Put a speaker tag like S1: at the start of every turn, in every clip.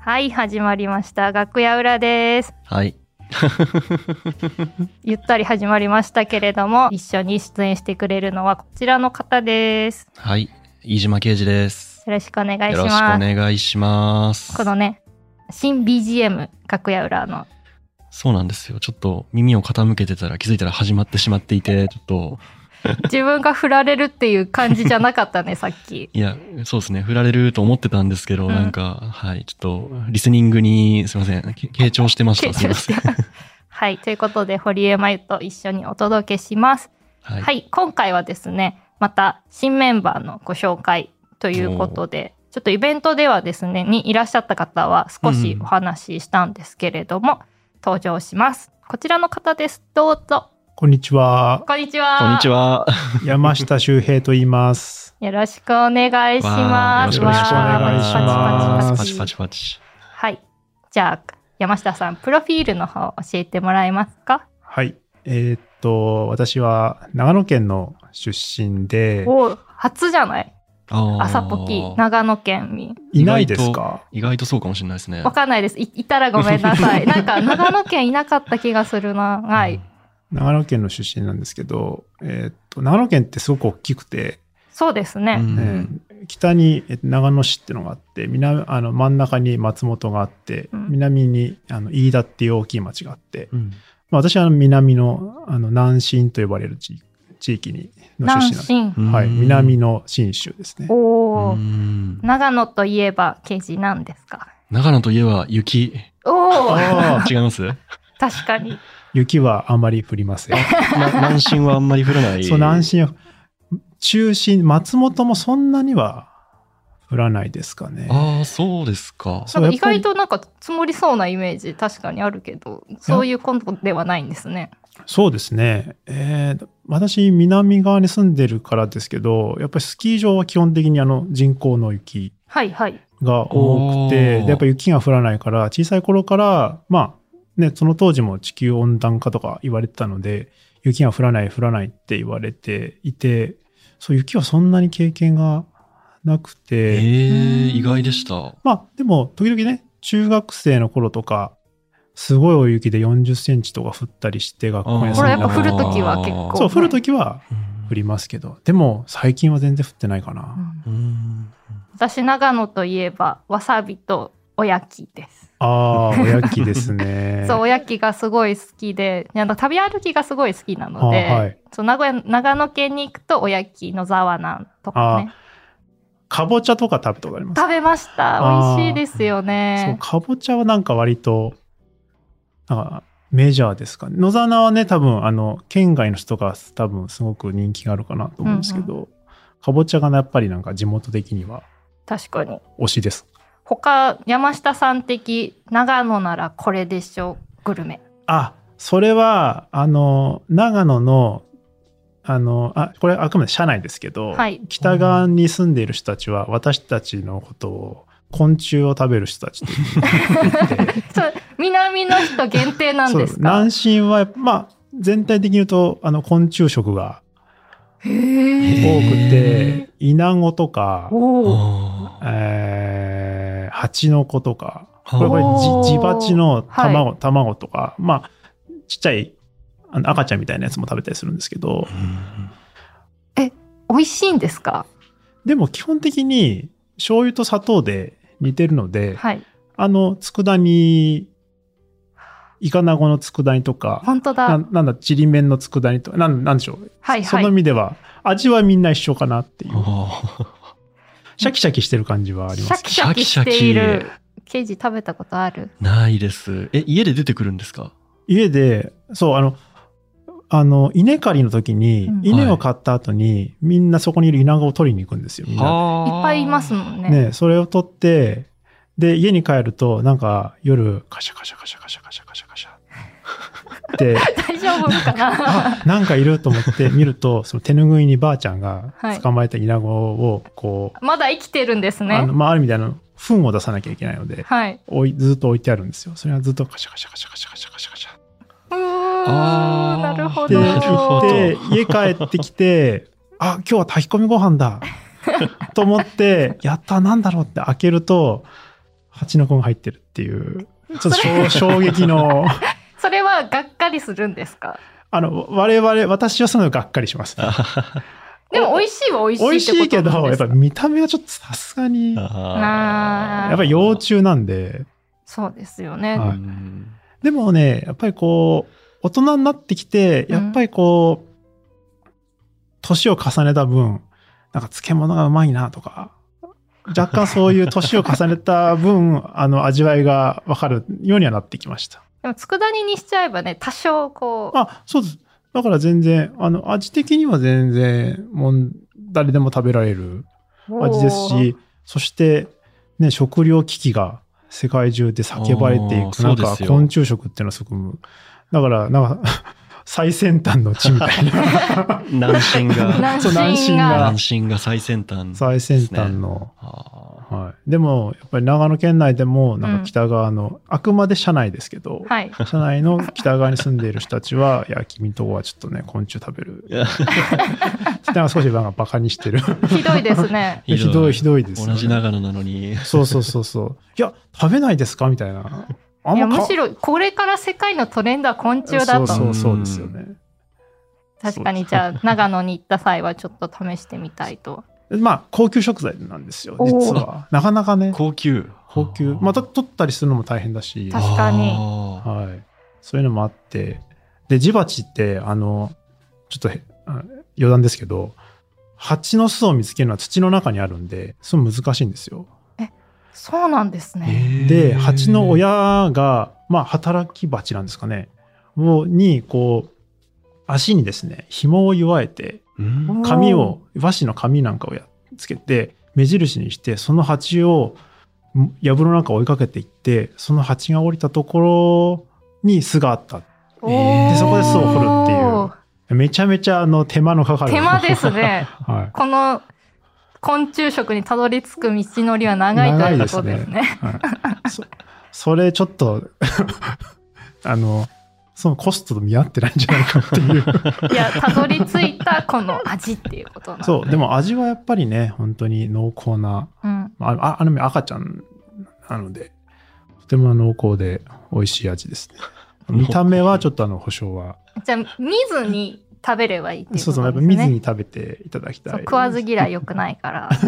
S1: はい始まりました楽屋裏です
S2: はい。
S1: ゆったり始まりましたけれども一緒に出演してくれるのはこちらの方です
S2: はい。飯島啓二です。
S1: よろしくお願いし
S2: よろしくお
S1: ます
S2: 願いします。
S1: このね新 BGM 楽屋裏の
S2: そうなんですよ。ちょっと耳を傾けてたら気づいたら始まってしまっていて、ちょっと、
S1: 自分が振られるっていう感じじゃなか ったねさっき
S2: いや、そうですね。振られると思ってたんですけど、
S1: うん
S2: なんか、はい。ちょっと、リスニングに、すいません。傾聴してました。すいません。
S1: て はいということで堀江真由と一緒にお届けします
S2: は
S1: はい、今回はですね、また新メンバーのご紹介ということで、ちょっとイベントではですね、にいらっしゃった方は少しお話ししたんですけれども、登場します。こちらの方です。どうぞ。
S3: こんにちは。
S1: こんにちは。
S2: こんにちは。
S3: 山下修平と言います。
S1: よろしくお願いし
S2: わあ
S1: ます。
S2: よろしくお願いし
S3: わ
S2: ま
S3: あ
S2: す。
S1: パ
S2: パ
S1: チ
S2: チ
S1: パチパチパ
S2: パ
S1: チ
S2: チパチ。
S1: はい。じゃあ、山下さん、プロフィールの方教えてもらえますか
S3: はい。えーっと、私は長野県の出身で、
S1: お初じゃない
S2: あー
S1: 朝ポキ、長野県民。
S3: いないですか
S2: 意外とそうかもしれないですね
S1: わ。かんないです。いいたらごめんな さい。なんか長野県いなかった気がするな。はい。
S3: 長野県の出身なんですけど、えーっと、長野県ってすごく大きくて、
S1: そうです
S2: う
S1: ね。
S2: ん。
S3: えー北にえー長野市っていうのがあって、南、あの、真ん中に松本があって、
S1: うん
S3: 南に、あの、飯田っていう大きい町があって、
S2: うん
S3: まあ、私はあの南の、あの、南信と呼ばれる地地域に、の
S1: 南
S3: 出身なんです。
S1: 信。
S2: うん
S3: はい。南の信州ですね。
S1: お
S2: う
S1: お。
S2: ん
S1: 長野といえば、刑事なんですか。
S2: 長野といえば雪。
S1: おお。
S3: あ
S2: 違いますな
S1: 確かに。
S3: 雪はあまり降りません。
S2: 南進はあんまり降らない。
S3: そう、南信は、中心、松本もそんなには降らないですかね。
S2: ああ、そうですか。
S3: そ
S1: な
S3: うん
S1: か
S3: や
S1: 意
S3: っぱり
S1: 外となんか積もりそうなイメージ、確かにあるけど、そういうことではないんですね。
S3: そうですね。えー私、南側に住んでるからですけど、やっぱりスキー場は基本的にあの人工の雪
S1: はいはい。
S3: が多く
S2: お
S3: て、
S2: ー
S3: でやっぱり雪が降らないから、小さい頃から、まあ、ね、その当時も地球温暖化とか言われてたので、雪が降らない、降らないって言われていて、そう、雪はそんなに経験がなく
S2: え
S3: て、
S2: え、意外でした。
S3: まあでも時々ね中学生の頃とかすごい大雪で40センチとか降ったりして学校
S2: あ
S3: に
S2: ー
S1: こ
S3: 遊
S1: れ
S3: ん
S1: や
S3: だ
S1: っ
S3: り
S1: ぱ降るときは結構。
S3: そう降るときは降りますけどでも最近は全然降ってないか
S1: う
S3: な、
S1: ん
S2: うん
S1: 私、長野といえば、わさびとおやきです。
S3: ああーおやきですね
S1: そうおやきがすごい好きであの旅歩きがすごい好きなので、
S3: あはい
S1: そう名古屋長野県に行くとおやき野沢菜とかね
S3: かぼちゃとか食べたことあります
S1: 食べました
S3: あー
S1: 美味しいですよ
S3: そう
S1: ね
S3: かぼちゃはなんか割となんかメジャーですかね野沢菜はね多分あの県外の人が多分すごく人気があるかなと思うんですけど、かぼちゃがやっぱりなんか地元的には
S1: 確かに
S3: 推しです
S1: 他山下さん的長野ならこれでしょグル メ
S3: あ、それは、あの、長野の、あの、あ、これあくまで社内ですけど、
S1: はい
S3: 北側に住んでいる人たちは、私たちのことを、昆虫を食べる人たちって言って
S1: そう南の人限定なん
S3: そう
S1: ですか
S3: 南信は、まあ、全体的に言うと、あの、昆虫食が
S1: へ
S3: 多く
S1: ー
S3: て、イナゴとか、
S1: おお
S2: あー
S3: えー、ハチノコとか、これこ
S1: は
S3: れ
S1: いおー
S3: ジジバチの卵、
S1: は
S3: 卵とか、まあ、ちっちゃい、あの赤ちゃんみたいなやつも食べたりするんですけど、
S2: うん
S1: 美味しいんですか
S3: でも基本的に醤油と砂糖で煮てるので、
S1: はい
S3: あの、佃煮、イカナゴの佃煮とか、
S1: 本当だ
S3: ななんだ、ちりめんの佃煮とか、なんなんでしょう、
S1: はい
S3: そ
S1: は
S3: の意
S1: い
S3: 味では、味はみんな一緒かなっていう、
S2: あ
S3: シャキシャキしてる感じはあり
S1: シ
S3: ま
S1: ャ
S3: す
S1: キ。シャキしてい
S2: シャキシ
S1: るケージ食べたことある
S2: ーないです。え、家で出てくるんですか
S3: 家で、そう、あの、あの、稲刈りの時に
S1: うん、
S3: 稲を買った後に、みんなそこにいる稲ゴを取りに行くんですよ、みんな。
S1: いっぱいいます
S2: ね。
S1: もん
S3: ね、それを取って、で、家に帰ると、なんか夜、カシャカシャカシャカシャカシャカシャカシャって、
S1: 大丈夫かな
S3: あなんかいると思って見ると、その手拭いにばあちゃんが
S1: はい
S3: 捕まえたイナゴを、こう、
S1: まだ生きてるんです
S3: あ
S1: ね
S3: の、。まあ、ある意味であの、糞を出さなきゃいけないので、
S1: はい。
S3: おいずっと置いてあるんですよ。それはずっとカシャカシャカシャカシャカシャカシャカシャ
S1: うーん
S2: あー
S1: なるほ
S3: で
S1: ど。
S2: なるほど
S3: で、家帰って きて、あ、今日は 炊き込みご飯だ。と思って、やった、なんだろうって開けると、蜂の子が入ってるっていう、ちょっと衝衝撃の、
S1: それはがっかりするんですか
S3: あの、我々、私はそのがっかりします。
S1: でも美味しいは美味しい
S3: 美味しい
S1: って
S3: け
S1: こと
S3: ど、
S1: なん
S3: や
S1: で
S3: っ
S1: すか
S3: ぱ見た目はちょっとさすがに、やっ
S1: あー
S2: あ
S3: ぱり幼虫なんで、
S1: そうですよね、
S3: はい
S2: うん
S3: でもね、やっぱりこう、大人になってきて、
S1: うん
S3: やっぱりこう、年を重ねた分、なんか漬物がうまいなとか、若干そういう年を重ねた分、 あの味わいがわかるようにはなってきました。
S1: でも佃煮にしちゃえばね多少こう
S3: あ、そうです。だから全然、あの、味的には全然、もう、誰でも食べられる味ですし、そして、ね、食糧危機が世界中で叫ばれてい
S2: あー
S3: く、
S2: そ
S3: なん
S2: うですよ
S3: か昆虫食っていうのはすごく、だから、なんか、 最先端の地みた いな。
S2: 南 進が、
S1: 南
S3: そう南
S1: 進
S3: 進
S1: が
S3: が
S2: 南進が最先端。
S3: 最先端の。
S2: あ
S3: はい、でも、やっぱり長野県内でも、なんか北側の、あくまで社内ですけど、
S1: はい
S3: 社内の北側に住んでいる人たちは、 いや、君とこはちょっとね、昆虫食べる。
S2: ー
S3: なんか少しなんかバカにしてる。
S1: ひどいですね
S2: ひどい
S3: ひどい、ひどいです、
S2: 同じ長野なのに。
S3: そうそうそうそう。 いや、食べないですかみたいな。 あ
S1: いや
S3: か
S1: むしろこれから世界のトレンドは昆虫だと
S3: そうそうそううんですよね。
S1: 確かにじゃあ長野に行った際はちょっと試してみたいと
S3: まあ、高級食材なんですよ、
S1: おー
S3: 実は。なかなかね、
S2: 高級。
S3: 高級。また取ったりするのも大変だし、
S1: 確かに
S2: あ
S3: はい。そういうのもあって。で、ジバチって、あの、ちょっとへあ余談ですけど、蜂の巣を見つけるのは土の中にあるんで、すごい難しいんですよ。
S1: そうなんです
S2: ー
S1: ね、
S3: で、蜂の。親が、まあ、働き蜂なんですかね、をに、こう、足にですね、紐を祝えて、
S2: へーうん
S3: 紙を和紙の紙なんかをやっつけて目印にしてその蜂をん藪の中を追いかけていってその蜂が降りたところに巣があった
S1: お
S2: で
S3: そこで巣を掘るっていう
S1: おー
S3: めちゃめちゃあの手間のかかる
S1: 手間ですね
S3: は
S1: この昆虫食にたどり着く道のりは長いということですね
S3: い、はい、そそれちょっと あのそのコストと見合ってないんじゃないかっていう
S1: いやたどり着いたこの味っていうことなんで
S3: そうでも味はやっぱりね本当に濃厚な
S1: うん、
S3: あああの赤ちゃんなのでとても濃厚で美味しい 味ですね見た目はちょっとあの保証は
S1: じゃあ見ずに食べればいいっていう
S3: そ
S1: こ
S3: うそ
S1: と
S3: う、
S1: な
S3: や
S1: んですね
S3: っぱ見ずに食べていただきたい。
S1: そう食わず嫌い良くないから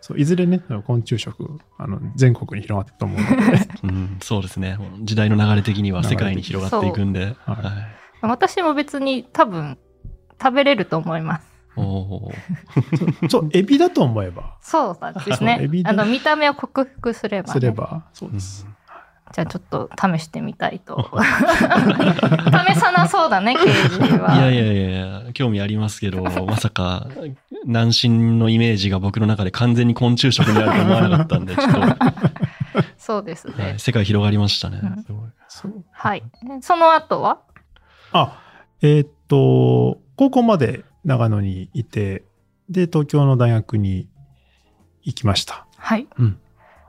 S3: そういずれね、昆虫食、あの全国に広がっていくと思うの で、
S2: うんそうですね。時代の流れ的には世界に広がっていくんで。
S3: そうはい
S2: はい
S1: 私も別に多分食べれると思います
S2: おー
S3: そう、エビだと思えば、
S1: そうなんです
S3: そう
S1: ね
S3: エビで
S1: あの見た目を克服すれば,、ね、
S3: すれば、そう
S2: うん
S3: です。
S1: じゃあちょっと試してみたいと試さなそうだ ね刑事はい
S2: やいやいやいや、興味ありますけど、まさか、南進のイメージが僕の中で完全に昆虫食になると思わなかったんで、ち ょっと、
S1: そうですね、
S2: はい世界広がりましたね
S1: うん。
S2: すごい
S3: そう
S1: はい。その後は
S3: あ、えーっと、高校まで長野にいて、で、東京の大学に行きました。
S1: はい。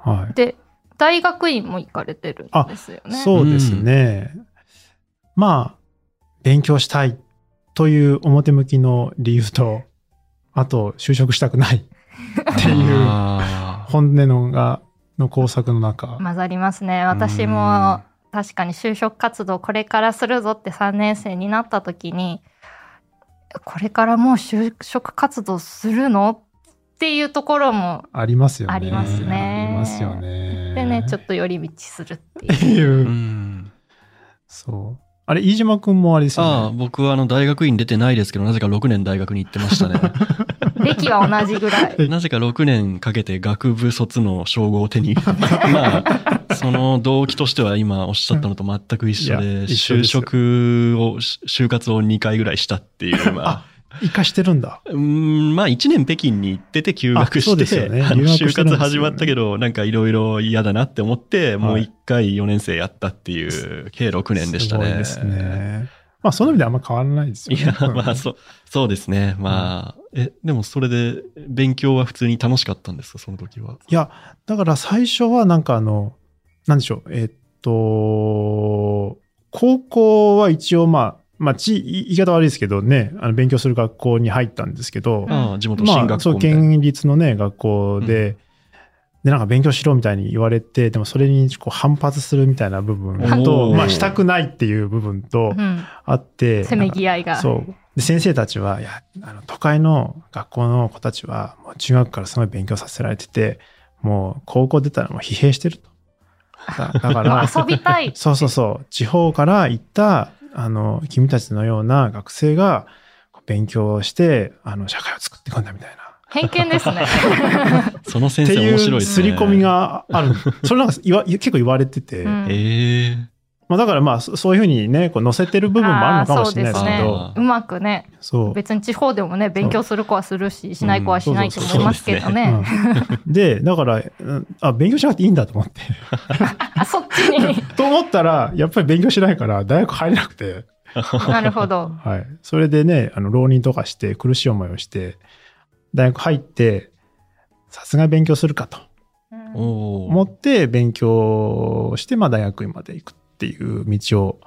S3: はい。
S1: で、大学院も行かれてるんですよね。
S3: そうですね。まあ、勉強したいという表向きの理由と、あと、就職したくないっていう
S2: あ
S3: 本音のが、の工作の中。
S1: 混ざりますね。私も確かに就職活動これからするぞって3年生になった時に、これからもう就職活動するのっていうところも、
S3: ありますよね。
S1: ありますね
S3: ありますよね。
S1: でね、ちょ
S3: っ
S1: っと寄り道するって
S3: て
S1: いう。
S2: ー
S3: いうう。
S2: ん
S3: そう。あれ、飯島くんもあれです
S2: ああ、
S3: よね。
S2: 僕はあの大学院出てないですけど、なぜか6年大学に行ってましたね。
S1: 歴は同じぐ らい。
S2: なぜか6年かけて学部卒の称号を手 に。まあ、その動機としては今おっしゃったのと全く一緒
S3: い
S2: で、
S3: や一緒
S2: 就
S3: ですよ
S2: 職を、し就活を2回ぐらいしたって いう、まあ
S3: あ。生かしてるんだ。
S2: うーんまあ1年北京に行ってて休学
S3: あそうで
S2: し
S3: す
S2: て、
S3: よね
S2: あの
S3: 留学して
S2: 就
S3: るんですよね
S2: 活始まったけど、なんかいろいろ嫌だなって思って、もう1回4年生やったっていう、計6年でしたね。
S3: すごいですね。まあ、その意味ではあんま変わらないですよ
S2: い
S3: ね。
S2: や、
S3: うん
S2: まあそう、そうですね。まあ、え、でもそれで勉強は普通に楽しかったんですか、その時は。
S3: いや、だから最初はなんかあの、なんでしょう、えっと、高校は一応まあ、まあ、ち、言い方悪いですけどね、あの勉強する学校に入ったんですけ
S1: う
S3: ど、
S1: ん
S2: ああ地元の進
S3: ま
S2: 学
S3: あ、そ
S2: 校
S3: う、
S2: みたいな。
S3: 県立のね、学校で、で、なんか勉強しろみたいに言われて、でもそれにこう反発するみたいな部分と、
S2: おー
S3: まあしたくないっていう部分と
S1: うん、
S3: あって、
S1: せめぎ合いが。
S3: そう。で、先生たちは、いや、あの、都会の学校の子たちは、もう中学からすごい勉強させられてて、もう高校出たらもう疲弊してると。だだか ら、
S1: 遊びたい。
S3: そうそうそう、地方から行った、あの、君たちのような学生がこう勉強をして、あの、社会を作っていくんだみたいな。
S1: 偏見です ね。
S2: その先
S3: って
S2: 生面
S3: い
S2: 白いうです
S3: 刷
S2: ね。
S3: り込み。がある。それなんか言わ結構言われてて、
S1: うん
S2: ええ
S3: まあだからまあそそういうふうにね、こう載せてる部分もあるのかもしれないですけ
S2: あーそうです
S3: ど
S2: ね、
S1: うまくね、
S3: そう。
S1: 別に地方でもね、勉強する子はするし、しない子はしないと思いますけど
S3: う
S1: ね
S3: ん。で、だから、うんあ、勉強しなくていいんだと思って。
S1: あ、そっちに。
S3: と思ったら、やっぱり勉強しないから、大学入れなくて。
S1: なるほど。
S3: はい。それでね、あの、浪人とかして、苦しい思いをして、大学入って、さすがに勉強するかと
S1: うん
S2: お
S3: 思
S2: お。
S3: って、勉強して、まあ、大学院まで行くっていう道を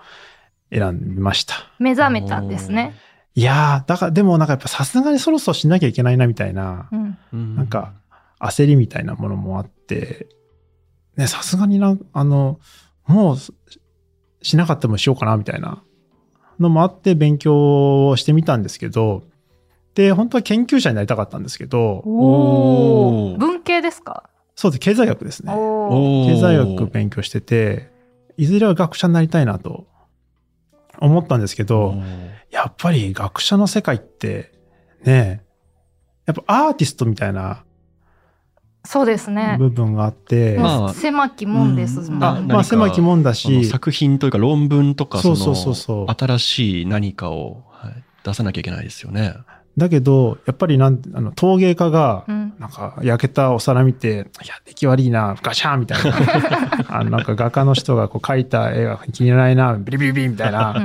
S3: 選びました。
S1: 目覚めたんですね。
S3: いやー、だから、でもなんかやっぱさすがにそろそろしなきゃいけないな、みたいな
S1: う、ん
S2: な
S3: なんか、焦りみたいなものもあって、ね、さすがにな、あの、もうししなかったもしようかなみたいなのもあって勉強をしてみたんですけど、で、本当は研究者になりたかったんですけど、
S1: お
S2: お
S1: お。
S2: ー
S1: 文系ですか。
S3: そうです、経済学ですね。
S1: おお。
S2: おー
S3: 経済学勉強してて、いずれは学者になりたいなと思ったんですけど、
S2: お
S3: やっぱり学者の世界って、ね、やっぱアーティストみたいな
S1: そうですね。
S3: 部分があって、
S2: まあ
S1: もう狭き門ですもんね。
S2: あ
S3: あ
S2: 何
S3: ま
S2: か
S3: あ狭き門
S2: あ
S3: だ
S2: の
S3: し、
S2: 作品というか論文とか
S3: そ
S2: そうの
S3: そうそうそう
S2: 新しい何かを、はい出さなきゃいけないですよね。
S3: だけど、やっぱりなんあの陶芸家が
S1: う、ん。
S3: なんか焼けたお皿見て、いや、出来悪いな、ガシャンみた いな。あのなんか画家の人がこう描いた絵が気に入らないな、ビリビリビリみたいうな。
S1: ん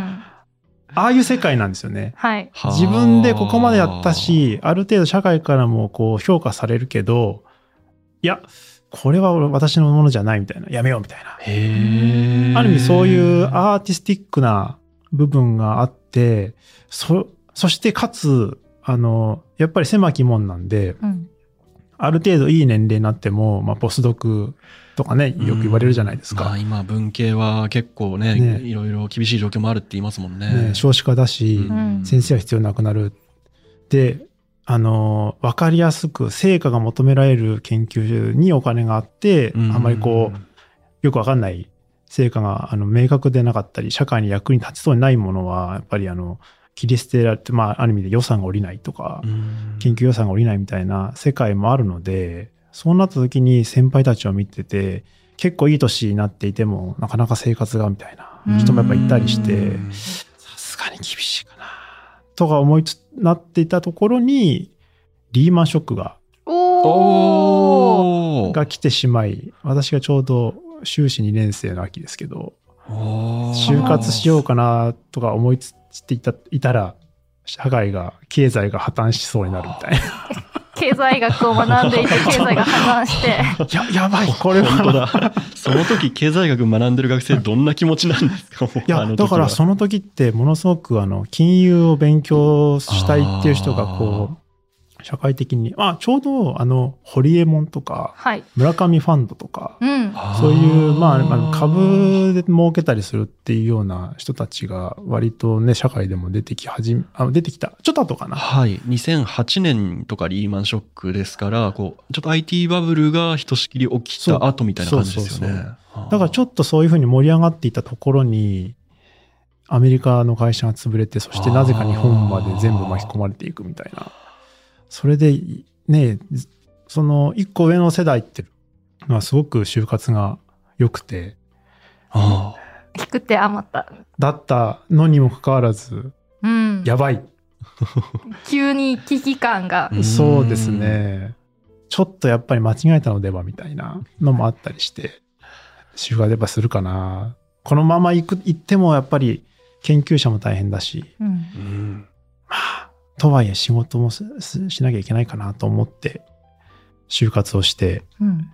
S3: ああいう世界なんですよね。
S1: はい。
S2: はあ
S3: 自分でここまでやった、し、ある程度社会からもこう評価されるけど、いや、これは俺私のものじゃないみたいな。やめようみたいな。
S2: へえ。
S3: ある意味そういうアーティスティックな部分があって、そ、そしてかつ、あの、やっぱり狭き門なんで、
S1: うん。
S3: ある程度いい年齢になっても、まあ、ポスドクとかね、よく言われるじゃないです
S2: ま
S3: か。
S2: あ、今文系は結構ね
S3: ね
S2: いろいろ厳しい状況もあるって言いますもんね。
S3: ね、少子化だし、
S1: うん
S3: 先生は必要なくなる。で、あの、わかりやすく成果が求められる研究にお金があって、あんまりこう、よくわかんない成果があの明確でなかったり社会に役に立ちそうにないものはやっぱりあの切り捨てられて、まあ、ある意味で予算が下りないとか、
S2: うん、
S3: 研究予算が下りないみたいな世界もあるのでそうなった時に先輩たちを見てて結構いい年になっていてもなかなか生活がみたいな
S1: うん
S3: 人もやっぱいたりして
S2: うん
S3: さすがに厳しいかなとか思いつなっていたところにリーマンショックが
S1: おお。
S2: おー
S3: が来てしまい私がちょうど修士2年生の秋ですけど
S2: おー
S3: 就活しようかなとか思いつっていたいたら社会が経済が破綻しそうになるみたいな
S1: 経済学を学んでいて、経済が破綻して。
S3: や やばいこれ
S2: 本当
S3: は
S2: だ。その時経済学学んでる学生どんな気持ちなんですか。
S3: いやだからその時ってものすごくあの金融を勉強したいっていう人がこう社会的にあちょうどあの堀エモ門とか
S1: はい。
S3: 村上ファンドとか
S1: うん。
S3: そういうまああの株で儲けたりするっていうような人たちが割とね社会でも出てき始めあ出てきたちょっと後かな
S2: はい2008年とかリーマンショックですからこうちょっと IT バブルがひとしきり起きた後みたいな感じですよね
S3: そうそうだからちょっとそういうふうに盛り上がっていたところに、アメリカの会社が潰れて、そしてなぜか日本まで全部巻き込まれていくみたいな。それで、ね、その一個上の世代っていうのはすごく就活が良くて、
S2: あ
S1: 低くて余った。
S3: だったのにもかかわらず、
S1: うん。
S3: やばい。
S1: 急に危機感が。
S2: ー
S3: そうですね。ちょっとやっぱり間違えたのではみたいなのもあったりして、就活やっぱするかな。このまま行く、行ってもやっぱり研究者も大変だし、
S1: うん
S2: う。ん
S3: まあ、とはいえ仕事もすすしなきゃいけないかなと思って、就活をして、
S1: うん。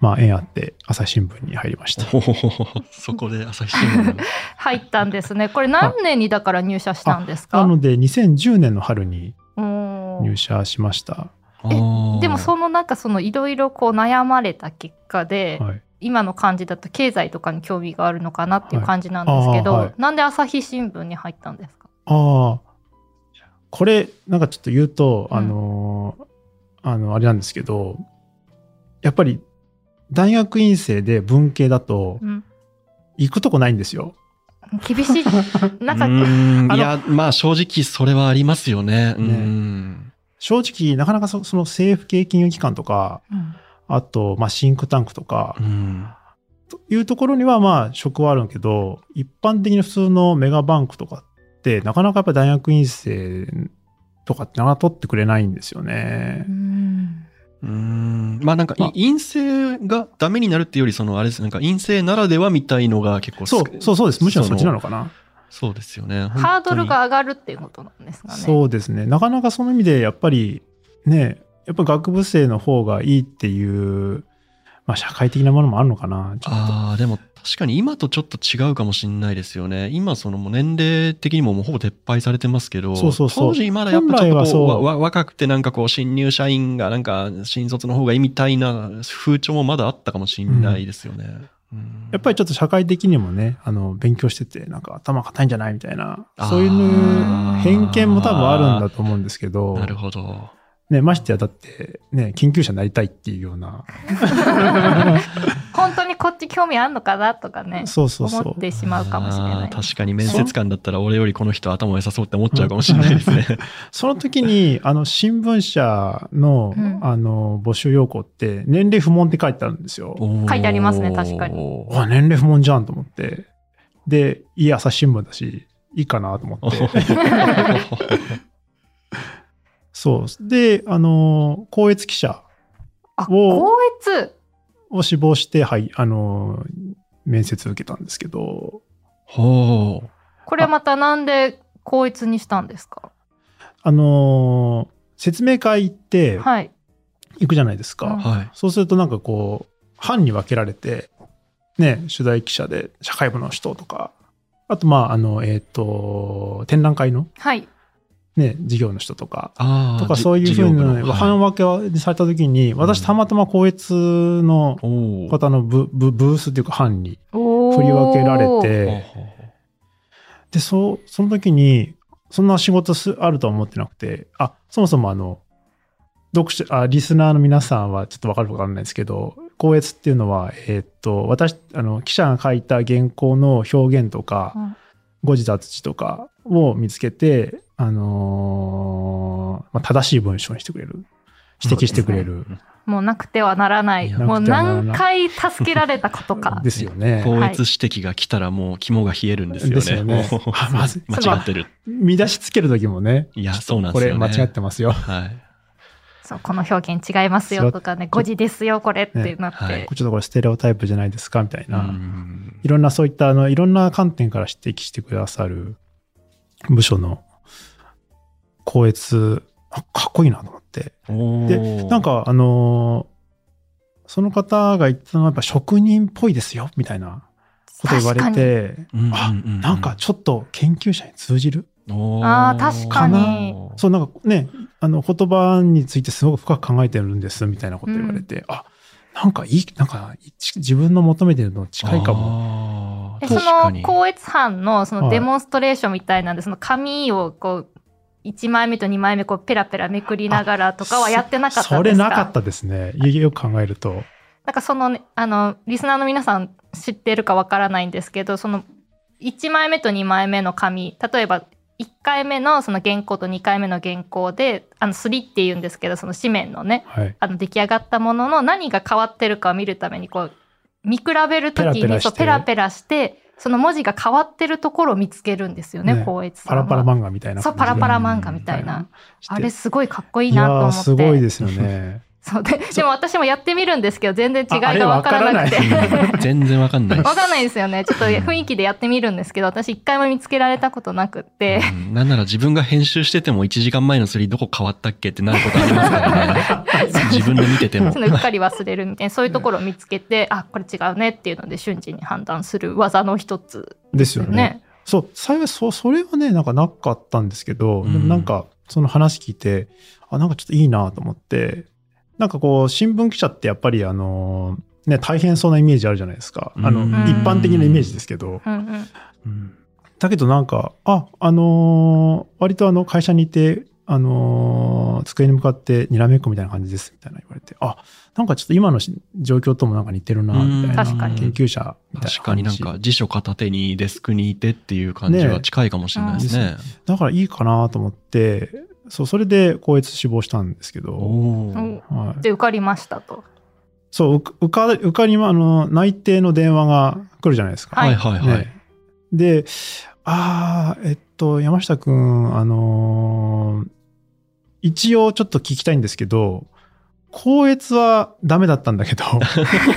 S3: まあ、縁あって朝日新聞に入りました。
S2: おーそこで朝日 新聞
S1: 入ったんですね。これ何年にだから入社したんです
S3: な
S1: か。
S3: ので、2010年の春に
S1: おー
S3: 入社しました。
S2: あー
S1: でもそのなんかそのいろいろこう悩まれた結果で、
S3: はい。
S1: 今の感じだと経済とかに興味があるのかなっていう感じなんですけど、
S3: はいあーはい
S1: なんで朝日新聞に入ったんですか
S3: ああ、これ、なんかちょっと言うと、
S1: うん
S3: あのー、あの、あれなんですけど、やっぱり、大学院生で文系だと
S1: う、ん
S3: 行くとこないんですよ。
S1: 厳し いなんか、
S2: う
S1: うん
S2: ーん
S3: あの
S2: いや、まあ正直それはありますよね。
S3: ね
S2: うん。
S3: 正直、なかなかそその政府系金融機関とか、あと、まあ、シンクタンクとか
S2: う、ん。
S3: というところには、まあ、職はあるけど、一般的に普通のメガバンクとかって、なかなかやっぱ大学院生とかってなかなか取ってくれないんですよね
S1: う。ん
S2: うーんまあなんか、い
S3: まあ
S2: 陰性がダメになるっていうより、そのあれです、なんか陰性ならではみたいのが結構
S3: そう
S2: 好き、
S3: そうそうです。むしろそっちな
S2: の
S3: のかな。
S2: そうですよね。
S1: ハードル
S2: 本
S1: が上がるっていうことなんですかね。
S3: そうですね。なかなかその意味で、やっぱり、ね、やっぱ学部生の方がいいっていう、まあ、社会的なものもあるのかな。
S2: 当に。ああ、でも確かに今とちょっと違うかもしれないですよね。今、そのもう年齢的にももうほぼ撤廃されてますけど、
S3: そうそうそう
S2: 当時まだやっぱちょっ
S3: 本来
S2: と
S3: は
S2: こう
S3: そう
S2: わわ若くてなんかこう新入社員がなんか新卒の方がいいみたいな風潮もまだあったかもしれないですよね。うん
S3: やっぱりちょっと社会的にもね、あの、勉強してて、なんか頭固いんじゃないみたいな
S2: あー、
S3: そういう偏見も多分あるんだと思うんですけど、
S2: なるほど。
S3: ね、ましてやだって、ね、研究者になりたいっていうような、
S1: 本当にこっち興味あんのかなとかね、
S3: そうそうそ
S1: 思っ
S3: う。
S1: てしまうかもしれな
S2: あ
S1: い。
S2: ー確かに面接官だったら俺よりこの人頭良さそうって思っちゃうかもしれないですね。
S3: その時 に、あの、新聞社の、
S1: うん
S3: あの、募集要項って、年齢不問って書いてあるんですよ。
S1: 書いてありますね確かに
S2: おー
S3: わ、年齢不問じゃんと思って。で、いい朝日新聞だし、いいかなと思って。 そう。で、あの、光悦記者
S1: あ、
S3: お
S1: 光悦
S3: を志望して、はい、あの、面接受けたんですけど、
S2: ほう。
S1: これまたなんで光悦にしたんですか
S3: あの、説明会行って、
S1: はい。
S3: 行くじゃないですか。
S1: うん
S2: はい。
S3: そうするとなんかこう、班に分けられて、ね、取材記者で社会部の人とか、あとまあ、あの、えっ、と、展覧会の
S1: はい。
S3: ね、事業の人とか、
S2: あー
S3: とか
S2: じ
S3: そういうふ
S2: 事
S3: う
S2: 業部の
S3: な
S2: はい
S3: 班分けにされた時に、私
S2: うん
S3: たまたま光悦の
S2: おー
S3: 方のブブブースっていうか班に
S1: おー
S3: 振り分けられ。
S2: ほう
S3: て、
S2: ほうほう
S3: で、そう、その時に、そんな仕事すあるとは思ってなくて、あ、そもそもあの、読者、あ、リスナーの皆さんはちょっとわかるかわかんないですけど、光悦っていうのは、えーっと、私、あの、記者が書いた原稿の表現とか、
S1: うん
S3: 誤字脱字とかを見つけて、あのーまあ、正しい文章にしてくれる。指摘してくれる。
S1: もうなくてはならない。
S2: いや
S1: もう
S3: なくてはならない
S1: 何回助けられたことか。
S3: ですよね。
S2: 高越指摘が来たらもう肝が冷えるんですよね。
S3: ですよね
S2: おー
S3: あまず
S2: 間違ってる。
S3: 見出しつける時もね、
S2: いや、そうなんですよ、ね。
S3: これ間違ってますよ。
S2: はい。
S1: そうこの表現違いますよとかね、誤字ですよ、これってなって。
S2: ねはい
S3: ちょっとこれステレオタイプじゃないですかみたいな。
S2: うん
S3: いろんなそういったあのいろんな観点から指摘してくださる部署の光悦あかっこいいなと思って
S2: おー
S3: なん、かあのーその方が言ってたのはやっぱ職人っぽいですよみたいなこと言わ
S1: 確
S3: れ
S1: かに。
S3: て
S2: うんうん
S3: あなんかちょっと研究者に通じる
S1: あー確かに
S3: そうなんかねあの言葉についてすごく深く考えてるんですみたいなこと言われて、あなんかいいなんかち自分の求めてるの近いかも
S2: も
S1: でその光悦班のその
S3: はい
S1: デモンストレーションみたいなんで、その紙をこう、1枚目と2枚目こうペラペラめくりながらとかはやってなかったんですか
S3: それなかったですねよよく考えると
S1: なんかそのね、あの、リスナーの皆さん知ってるかわからないんですけど、その、1枚目と2枚目の紙、例えば、1回目のその原稿と2回目の原稿で、あの、すりって言うんですけど、その紙面のね、
S3: はい
S1: あの、出来上がったものの何が変わってるかを見るために、こう、見比べるとき
S3: ペラペ
S1: に、
S3: ラ
S1: そう
S3: して
S1: ペラペラして、その文字が変わってるところを見つけるんですよね、
S3: ね
S1: 光悦さ
S3: パ
S1: ん
S3: ラ
S1: は。
S3: パラ漫画みたいな感じ
S1: そ
S3: で
S1: う、パラパラ漫画みたい
S3: うん
S1: な。
S3: して
S1: あれすごいかっこいい
S3: いや
S1: なと思
S3: ー
S1: って。
S3: すごいです よね
S1: そうででも私もやってみるんですけど全然違い
S3: ああれ
S1: がわからなくて
S3: わから な
S2: 全然わかんない です
S1: わかんないですよねちょっと雰囲気でやってみるんですけど私一回も見つけられたことなくって
S2: うんなんなら自分が編集してても1時間前のスリーどこ変わったっけってなることあります からね。自 分で見てても
S1: そ。のうっかり忘れるみたいなそういうところを見つけてあこれ違うねっていうので瞬時に判断する技の一つ
S3: です
S1: で
S3: よ
S1: す
S3: ね
S1: ね。
S3: そう幸いそそれはねなんかなかったんですけど、
S2: うん
S3: でもなんかその話聞いて、あ、なんかちょっといいなと思って、なんかこう、新聞記者ってやっぱりあの、ね、大変そうなイメージあるじゃないですか。あの、
S2: うん
S3: 一般的なイメージですけど。
S1: うんうん
S3: だけどなんか、あ、あのー割とあの会社にいて、あのー机に向かってにらめっこみたいな感じですみたいな言われて、あ、なんかちょっと今のし状況ともなんか似てるな、みたいな。
S1: 確かに
S3: 研究者みたいな感じ。
S2: 確かになんか辞書片手にデスクにいてっていう感じは近いかもしれないですね。
S3: だからいいかなと思って、そう、それで高越志望したんですけど、
S2: お
S1: う
S2: ー
S1: ん
S3: はい、
S1: で受かりましたと。
S3: そう、うか受か、受かりま、あの、内定の電話が来るじゃないですか。
S2: はいはいはい。
S3: ねで、ああ、えっと、山下くん、あのー一応ちょっと聞きたいんですけど、高越はダメだったんだけど、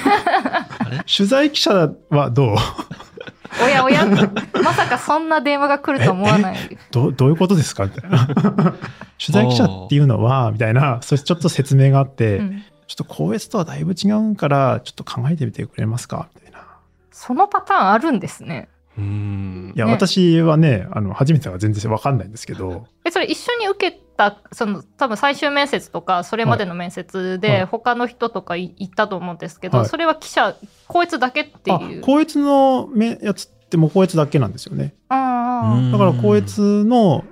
S3: 取材記者はどう
S1: おやおやまさかそんな電話が来ると思わない。
S3: どうどういうことですかみたいな。 取材記者っていうのは、みたいな、それちょっと説明があって、
S1: うん
S3: ちょっと高越とはだいぶ違うから、ちょっと考えてみてくれますかみたいな。
S1: そのパターンあるんですね。
S2: うん
S3: いや、
S1: ね
S3: 私はね、あの、初めては全然わかんないんですけど、
S1: えそれ一緒に受けたその多分最終面接とかそれまでの面接
S3: はいは
S1: で
S3: い
S1: 他の人とかい行ったと思うんですけど、
S3: はい
S1: それは記者こいつだけって
S3: あ
S1: いう。、
S3: 高越のめやつってもう高越だけなんですよね。
S1: あーあー
S3: だから高越の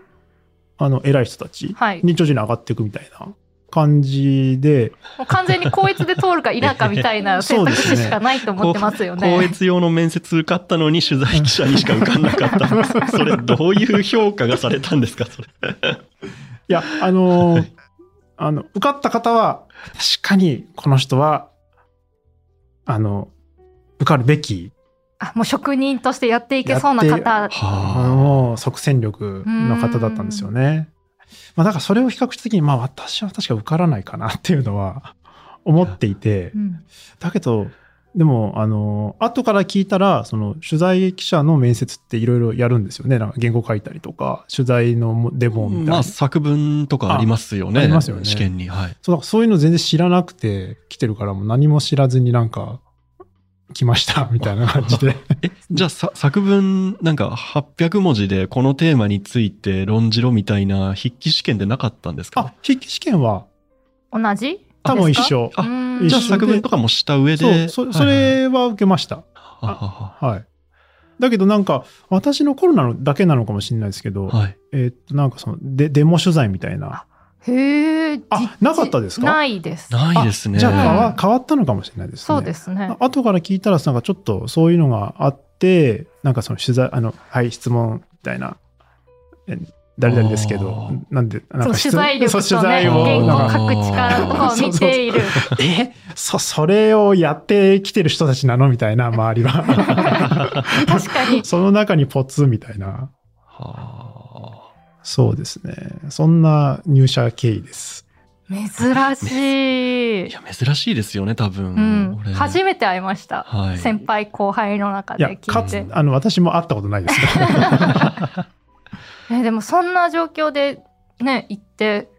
S3: あの偉い人たち
S1: はい、も
S3: に徐々に上がっていくみたいな感じで、
S1: う完全にこいつで通るか否かみたいな
S3: そ
S1: 選
S3: う
S1: 択
S3: ですね
S1: 肢しかないと思ってますよ
S2: 高
S1: ね。
S2: 越用の面接受かったのに取材記者にしか受かんなかったん ですそれどういう評価がされたんですかそれ
S3: いや、あのーあの受かった方は確かにこの人はあの受かるべき
S1: あもう職人としてやっていけそうな
S3: やって
S1: 方。
S3: あの即戦力の方だったんですよね。まあ、だからそれを比較的に、まあ、私は確か受からないかなっていうのは思っていて
S1: う。ん
S3: だけど、でも、あの、後から聞いたら、その、取材記者の面接っていろいろやるんですよね。なんか原稿書いたりとか、取材のデモみたいな。
S2: まあ作文とかありますよね
S3: あありますよね
S2: 試験にはい
S3: そうだからそういうの全然知らなくて来てるから、もう何も知らずになんか、来ました、みたいな感じ で。
S2: えじゃあさ作文なんか800文字でこのテーマについて論じろみたいな筆記試験でなかったんですか
S3: あ、筆記試験は
S1: 同じ
S3: 多分一
S1: ですか
S3: 緒。
S2: あ
S1: うん
S3: 一
S2: じゃ
S3: 緒
S2: あ作文とかもした上
S3: そう
S2: で
S3: そ、
S2: は
S3: そ
S2: いはい
S3: れは受けました。
S2: はは
S3: はい。だけどなんか、私のコロナのだけなのかもしれないですけど、
S2: ははい
S3: えーっと、なんかそのデ、デモ取材みたいな。
S1: へえ。
S3: あ
S1: じ
S3: なかったですか
S1: ないです。
S2: ないですね
S3: じゃあ変
S1: 川
S3: わ変わったのかもしれないですね。
S1: そうですね。
S3: 後から聞いたらなんかちょっとそういうのがあってなんかその取材あのはい質問みたいなえ誰々ですけ
S2: あ
S3: ど
S2: ー
S3: なんでなん
S1: そ
S3: か
S1: う取材力と
S3: そう取
S1: ね、
S3: 材
S1: 原
S2: を
S1: 稿
S3: な
S1: を
S3: ん
S1: 書
S3: か
S1: く力とかを見ている。
S3: えそそれをやってきてる人たちなのみたいな周 りは
S1: 確かに。
S3: その中にポツみたいな
S2: は
S3: そうですねそんな入社経緯です
S1: 珍し
S2: あい
S1: い。
S2: や珍しいですよね多分、
S1: うん。
S2: 俺
S1: 初めて会いました。
S2: はい
S1: 先輩後輩の中
S3: い
S1: で
S3: やか
S1: 聞い
S3: つ
S1: て。
S3: あの私も会ったことないですけど
S1: えでもそんな状況でね、行って、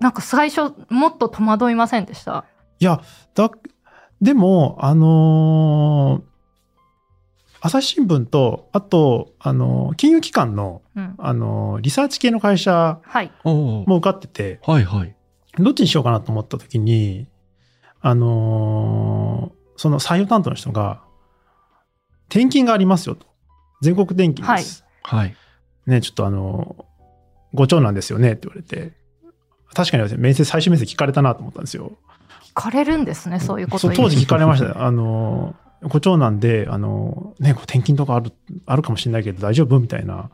S1: なんか最初もっと戸惑いませんでした。
S3: いやだでもあのー朝日新聞とあと、あのー金融機関の
S1: うん。
S3: あの、リサーチ系の会社
S1: はい。
S2: おー
S3: も受かってて、
S2: はいはい
S3: どっちにしようかなと思った時に、あのーその採用担当の人が、転勤がありますよと。全国転勤です。
S2: はい
S3: ね、ちょっとあのーご長男ですよねって言われて、確かに面接、最終面接聞かれたなと思ったんですよ。
S1: 聞かれるんですね、そういうこと
S3: そう
S1: に
S3: 当時聞かれました。あのーご長男で、あのーね、こう転勤とかある、あるかもしれないけど大丈夫みたいな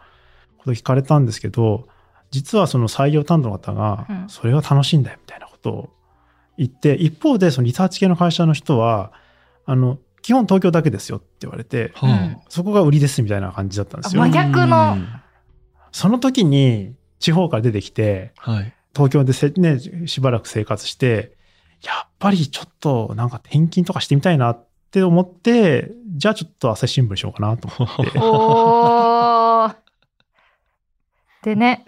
S3: こと聞かれたんですけど、実はその採用担当の方が
S1: う、ん
S3: それが楽しいんだよみたいなことを言って、一方でそのリサーチ系の会社の人は、あの、基本東京だけですよって言われて、
S2: はあ、
S1: うん
S3: そこが売りですみたいな感じだったんです
S1: あ
S3: よ
S1: 真。逆の
S2: うん
S3: その時に地方から出てきて、
S2: はい
S3: 東京でせ、ね、しばらく生活して、やっぱりちょっとなんか転勤とかしてみたいなって思って、じゃあちょっと朝日新聞にしようかなと思って。
S1: おー。でね、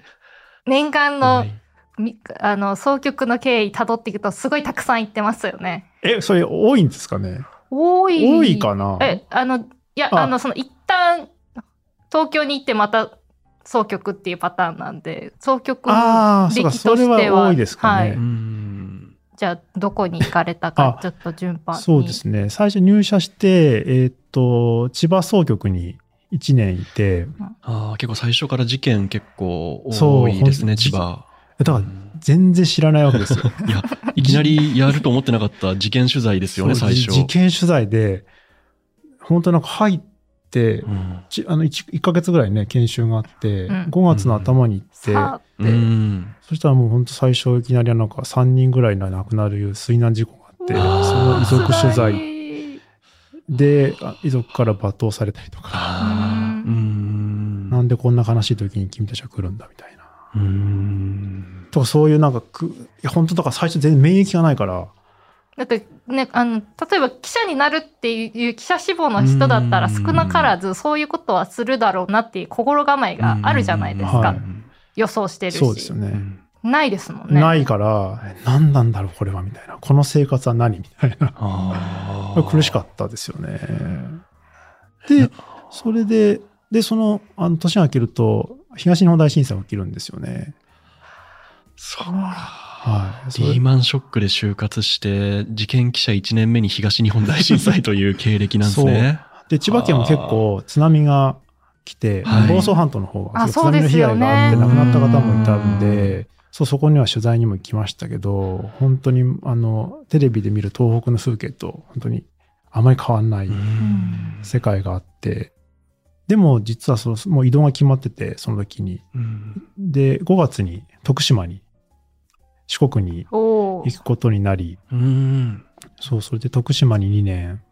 S1: 念願の
S2: はい
S1: みあの総局の経緯たどっていくとすごいたくさん行ってますよね。
S3: え、それ多いんですかね
S1: 多い
S3: 多いかな
S1: えあのいや
S3: あ
S1: あのその一旦東京に行ってまた双極っていうパターンなんで双極
S3: ああ、そ
S1: 力
S3: うか、
S1: としては
S3: それは多いですか
S1: は
S3: ね
S1: い。
S2: ん。
S1: じゃあどこに行かれたか
S3: あ
S1: ちょっと順番に
S3: そうですね。最初入社して、えーっと、千葉総局に1年いて、
S2: ああ、結構最初から事件結構
S3: そ
S2: 多
S3: う
S2: いですね、
S3: ほん
S2: 千葉。
S3: だから全然知らないわけですよ。
S2: いや、いきなりやると思ってなかった事件取材ですよね、
S3: そう
S2: 最
S3: じ
S2: 初。
S3: 事件取材で、本当なんか入って、
S2: うん
S3: ちあの 1, 1ヶ月ぐらいね、研修があって、
S1: うん
S3: 5月の頭に行って、
S1: さあって、
S2: うん。
S3: そしたらもう本当最初いきなりなんか3人ぐらいの亡くなる水難事故があって、
S1: う
S3: そ
S2: わー
S3: の遺族取
S1: 辛
S3: 材
S1: い
S3: であ遺族から罵倒されたりとか、
S2: ああ、う
S1: うん
S2: ん。
S3: なんでこんな悲しい時に君たちは来るんだみたいな。
S2: うん。
S3: とかそういうなんかく、いや本当だから最初全然免疫がないから、
S1: だってねあの例えば記者になるっていう記者志望の人だったら
S2: うん
S1: 少なからずそういうことはするだろうなっていう心構えがあるじゃないですか、
S3: うんはい
S1: 予想してるし
S3: そうですよ
S2: う
S3: ね。
S2: ん
S1: ないですもんね
S3: ないから、え何なんだろうこれはみたいな。この生活は何みたいな。
S2: ああ。
S3: 苦しかったですよね。で、それで、で、その、あの、年が明けると、東日本大震災が起きるんですよね。
S2: そうか。
S3: はい。それ
S2: リーマンショックで就活して、事件記者1年目に東日本大震災という経歴なんですね。
S3: で、千葉県も結構津波が来て、
S2: はい
S3: 房総半島の方が
S1: あ
S3: 津波の被害があって
S2: そう
S3: 亡
S2: ですよ
S3: くな
S2: ね
S3: った方もいたん
S2: う
S3: で、そう、そこには取材にも行きましたけど、本当に、あの、テレビで見る東北の風景と、本当にあまり変わんない
S2: うん
S3: 世界があって、でも実はその、もう移動が決まってて、その時に。
S2: うん
S3: で、5月に徳島に、四国に
S1: おー
S3: 行くことになり、
S2: うん。
S3: そう、それで徳島に2年、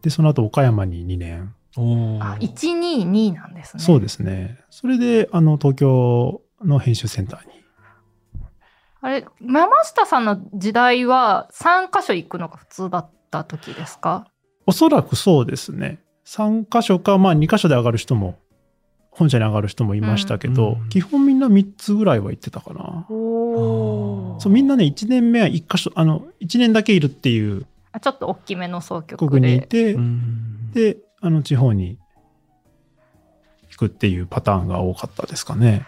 S3: で、その後岡山に2年、
S2: おお。
S1: あ122なんですね
S3: そうですね。それで、あの、東京の編集センターに。
S1: あれ山下さんの時代は3箇所行くのが普通だった時ですか
S3: おそらくそうですね。3箇所か、まあ2箇所で上がる人も、本社に上がる人もいましたけど、
S2: うん
S3: 基本みんな3つぐらいは行ってたかな。
S2: おー
S3: そう、みんなね、1年目は1箇所、あの、1年だけいるっていう
S1: あちょっと大きめの総局
S3: 国にい
S1: で
S3: て、
S2: うん
S3: で、あの、地方に行くっていうパターンが多かったですかね。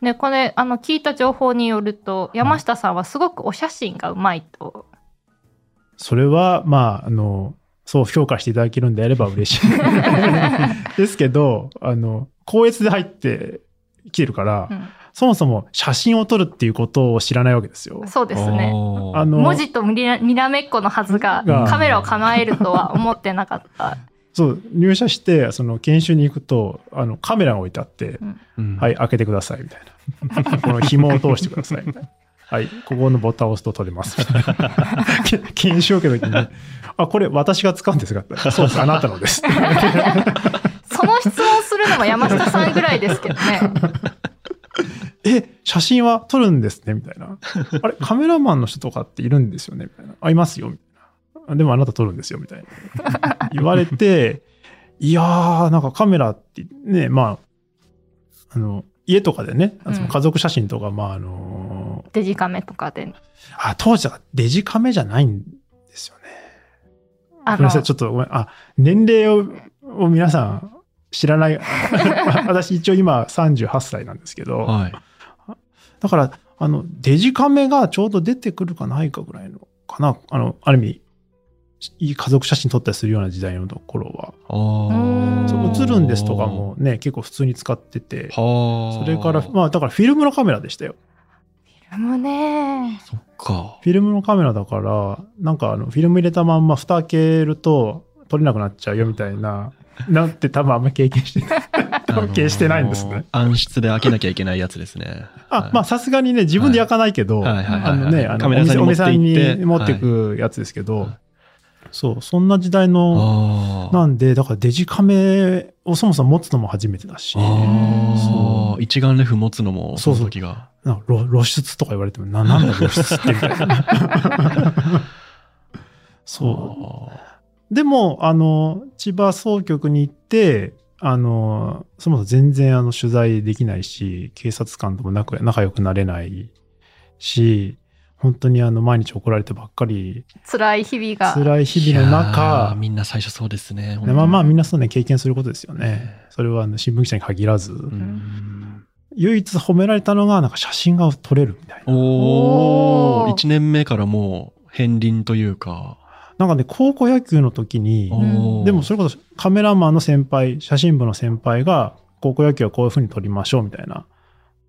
S1: でこれあの聞いた情報によると山下さんはすごくお写真がうまいと、
S3: それは、まあ、あの、そう評価していただけるんであれば嬉 しい。ですけど、あの、高越で入ってきてるから、
S1: う
S3: そもそも写真を撮るっていうことを知らないわけですよ
S1: ん、。そうですね
S2: おー
S3: あの、
S1: 文字とにらにらめっこのはずが
S3: が
S1: カメラを構えるとは思ってなかった、
S3: そう、入社して、その研修に行くと、あの、カメラが置いてあって、
S2: うん
S3: はい、開けてください、みたいな。 この紐を通してください、みたいな。はい、ここのボタンを押すと撮れます、 みたいな。け研修を受けた時に、あ、これ私が使うんですかってそうです、あなたのです。
S1: その質問するのも山下さんぐらいですけどね
S3: え、写真は撮るんですねみたいな。あれ、カメラマンの人とかっているんですよねみたいな。あ、いますよみたいな。あでもあなた撮るんですよみたいな。言われて、 いやー、なんかカメラってね、まあ、あの、家とかでね、あの
S1: うん
S3: その家族写真とか、まあ、あの
S1: デジカメとかで
S3: あ、当時はデジカメじゃないんですよね。
S1: あの
S3: ごめんなさい、ちょっとごめん。あ、年齢をを皆さん知 らない。私一応今38歳なんですけど、
S2: はい。
S3: だから、あの、デジカメがちょうど出てくるかないかぐらいの、かな、あの、ある意味、いい家族写真撮ったりするような時代のところは、
S1: うん
S3: そ
S2: あ
S3: う
S2: あ。
S3: 映るんですとかもね、結構普通に使ってて、
S2: はあ。
S3: それから、まあだからフィルムのカメラでしたよ。
S1: でもね
S2: そっか。
S3: フィルムのカメラだから、なんかあの、フィルム入れたまんま蓋開けると撮れなくなっちゃうよみた いな、なんて多分あんま経験してない。関係してないんですね。
S2: あのー暗室で開けなきゃいけないやつですね。は
S3: あ
S2: い、
S3: まあさすがにね、自分で焼かないけど、
S2: はいはいはいはい
S3: あのね、あの
S2: カメラさんに
S3: お店お店
S2: 持って行って
S3: に持ってくやつですけど、
S2: はい
S3: そう、そんな時代の、
S2: ああ。
S3: なんで、だからデジカメをそもそも持つのも初めてだし、
S2: ああ
S3: そ
S2: 一眼レフ持つのも、その時が。
S3: なんか露露出とか言われても、ななんだ露出ってみたいな。 そう。
S2: あ
S3: でも、あの、千葉総局に行って、あの、そもそも全然あの取材できないし、警察官とも仲仲良くなれないし、本当にあの毎日怒られてばっかり、
S1: 辛い日々が
S3: 辛い
S2: ー
S3: 日々の
S2: いやー
S3: 中、
S2: みんな最初そうですね。
S3: ねまあまあみんなそうね、経験することですよね
S2: え。
S3: それはあの新聞記者に限らず。
S2: うん
S3: 唯一褒められたのが、なんか写真が撮れるみたいな。
S2: お
S1: お
S2: お
S1: ー
S2: 1年目からもう片鱗というか、
S3: なんかね、高校野球の時に、
S2: おー
S3: でもそれこそカメラマンの先輩、写真部の先輩が、高校野球はこういう風に撮りましょうみたいな、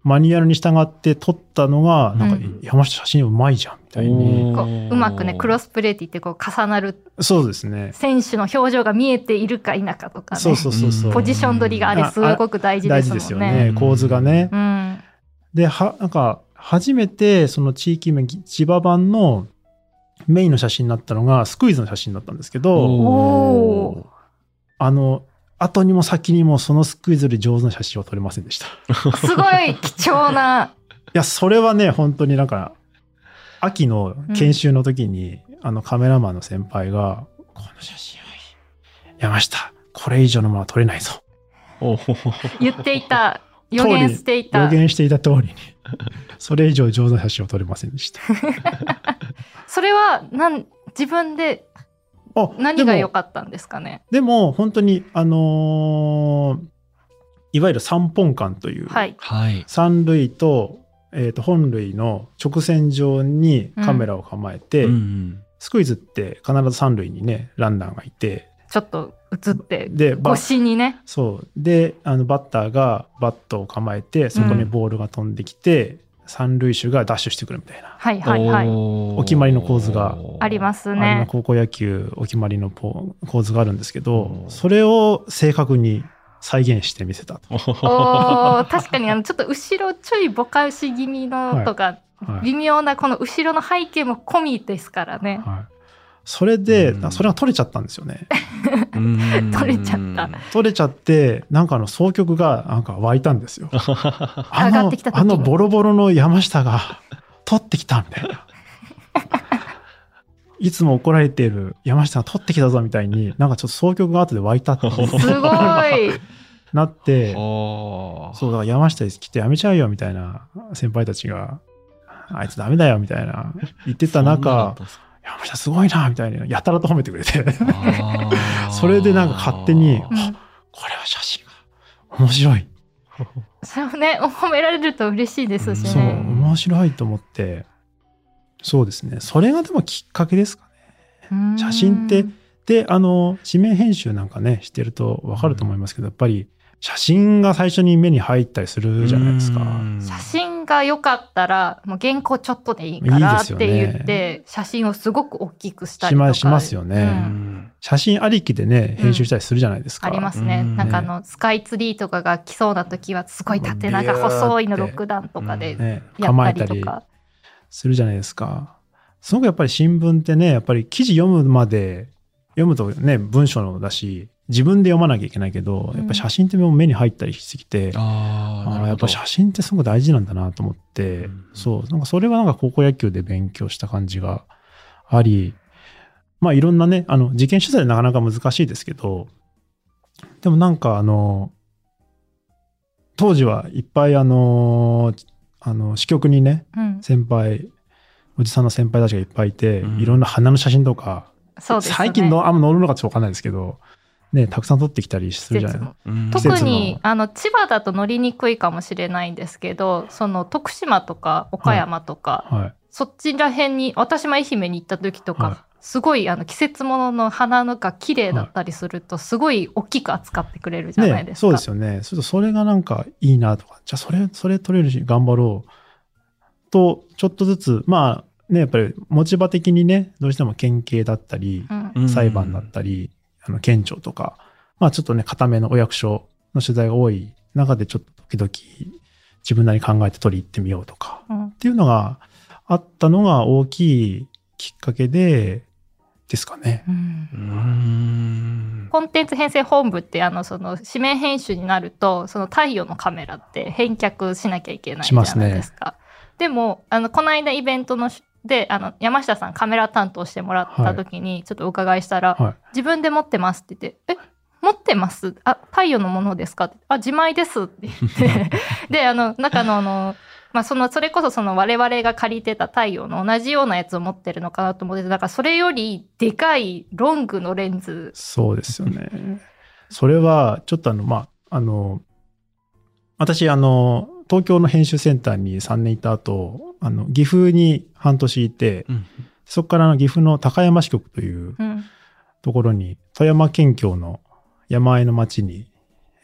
S3: マニュアルに従って撮ったのが、なんか、
S1: うん
S3: 山下写真うまいじゃんみたいに。
S1: こううまくねクロ
S2: ス
S1: スプレーって言ってこう重なる
S3: そうですね。
S1: 選手の表情が見えているか否かとかね
S3: そうそうそうそう。
S1: ポジション取りがあれすごく大事で
S3: 大
S1: す
S3: 事
S1: もん
S3: で
S1: ね。
S3: すよね。
S2: うん
S3: 構図がね。
S1: うん
S3: で、は、なんか、初めて、その地域名、千葉版のメインの写真になったのが、スクイズの写真だったんですけど、
S1: おー
S3: あの、後にも先にもそのスクイズより上手な写真は撮れませんでした。い
S1: すごい貴重な。
S3: や、それはね、本当になんか、秋の研修の時に、あのカメラマンの先輩が、この写真はいい山下、これ以上のものは撮れないぞ。
S2: おー
S1: 言っていた予言してい
S3: 予
S1: た
S3: 言していた通りに、それ以上上手な写真は撮れませんでした。
S1: それはなん自分で
S3: あ
S1: 何が
S3: でも
S1: 良かったんですかね
S3: でも本当にあのーいわゆる三本間という、
S1: はい
S2: はい。
S3: 三塁と,、えーと本塁の直線上にカメラを構えて、
S2: うん
S3: スクイズって必ず三塁にねランナーがいて
S1: ちょっと映って
S3: でバ
S1: 腰にね
S3: そうであのバッターがバットを構えてそこにボールが飛んできて、三塁手がダッシュしてくるみたいな。
S1: はいはいはい
S2: お。
S3: 決まりの構図が
S1: ありますす
S3: あれが
S1: ね。
S3: 高校野球お決まりのポ構図があるんですけど
S2: おー
S3: それを正確に再現してみせたと。
S2: お
S1: お
S2: ー
S1: ー確かにあのちょっと後ろちょいぼかし気味のとか
S3: はい
S1: 微妙なこの後ろの背景も込みですからね。
S3: はい、それで、
S2: うん
S3: それが取れちゃったんですよね。
S2: うん
S1: 取れちゃった
S3: 取れちゃって、なんかあの総局がなんか湧いたん ですよ。あ
S1: 上がっ
S3: の
S1: てきた時に
S3: あのボロボロの山下が取ってきたみたいな。 いつも怒られている山下が取ってきたぞみたいに、なんかちょっと総局が後で湧いたって
S1: すごい
S3: な って、
S2: おー
S3: そうだから山下来てやめちゃうよみたいな先輩たちが、あいつダメだよみたい な言ってた中、山下すごいなみたいな、やたらと褒めてくれて。
S2: そんなだったんですかあー
S3: それでなんか勝手に
S1: うん
S3: これは写真が面白い。
S1: それをね褒められると嬉しいですし
S2: うん
S3: そう、
S1: ね。
S3: 面白いと思って。そうですね。それがでもきっかけですかね。
S1: うん
S3: 写真ってで、あの、紙面編集なんかね、してるとわかると思いますけど、やっぱり写真が最初に目に入ったりするじゃないですか。
S2: うん
S1: 写真が良かったらもう原稿ちょっとでいいから
S3: いいで
S1: っ
S3: す
S1: て
S3: よね
S1: 言って、写真をすごく大きくした
S3: し
S1: りと
S3: ま
S1: か
S3: しますよね、
S2: うん
S3: 写真ありきでね、編集したりするじゃないですか。
S1: ありますね、
S2: うん
S1: なんかあのスカイツリーとかが来そうな時はすごい縦長細いの6段とかで
S3: ね、
S1: やっ
S3: 構
S1: た
S3: え
S1: り
S3: た
S1: と
S3: り
S1: か、
S3: するじゃないですか。すごくやっぱり新聞ってね、やっぱり記事読むまで、読むとね、文章のだし、自分で読まなきゃいけないけど、
S1: うん
S3: やっぱ写真ってもう目に入ったりしてきて、
S2: あーなる
S3: あ
S2: ほど
S3: のやっぱ写真ってすごく大事なんだなと思って、
S2: うん
S3: そう、なんかそれはなんか高校野球で勉強した感じがあり、まあいろんなね、あの、事件取材でなかなか難しいですけど、でもなんかあの、当時はいっぱいあの、あの、支局にね、
S1: うん、
S3: 先輩おじさんの先輩たちがいっぱいいて、
S2: うん
S3: いろんな花の写真とか、
S1: そうですね
S3: 最近のあんま載るのかちょっとわかんないですけど、ね、たくさん撮ってきたりするじゃないですか。
S2: うん
S3: 季節の
S1: 特にあの千葉だと乗りにくいかもしれないんですけどその徳島とか岡山とか、
S3: はい、
S1: そっちら辺に私も愛媛に行った時とか、
S3: はい
S1: すごいあの季節ものの花のが綺麗だったりすると、すごい大きく扱ってくれるじゃない
S3: ね
S1: で、すか。
S3: そうですよね。それとそれがなんかいいなとか、じゃあそれ、それ撮れるし頑張ろうと、ちょっとずつ、まあね、やっぱり持ち場的にね、どうしても県警だったり、
S1: うん
S2: うん
S3: 裁判だったり、あの県庁とか、まあちょっとね、固めのお役所の取材が多い中で、ちょっと時々自分なりに考えて取り行ってみようとか、
S1: うん
S3: っていうのがあったのが大きいきっかけで、ですかね。
S1: うん
S2: うん
S1: コンテンツ編成本部ってあのその紙面編集になるとその太陽のカメラって返却しなきゃいけないじゃないですか。でもあのこの間イベントのしであの山下さんカメラ担当してもらった時にちょっとお伺いしたら、
S3: はい
S1: 自分で持ってますって言って「え持ってますあ太陽のものですか?」って「あ自前です」って言ってであの中のあの、まあ、そのそれこそその我々が借りてた太陽の同じようなやつを持ってるのかなと思っててだからそれよりでかいロングのレンズ
S3: そうですよね。それは、ちょっとあの、まあ、あの、私、あの、東京の編集センターに3年いた後、あの、岐阜に半年いて、
S2: うん
S3: そこからあの岐阜の高山支局という
S1: うん
S3: ところに、富山県境の山あいの町に、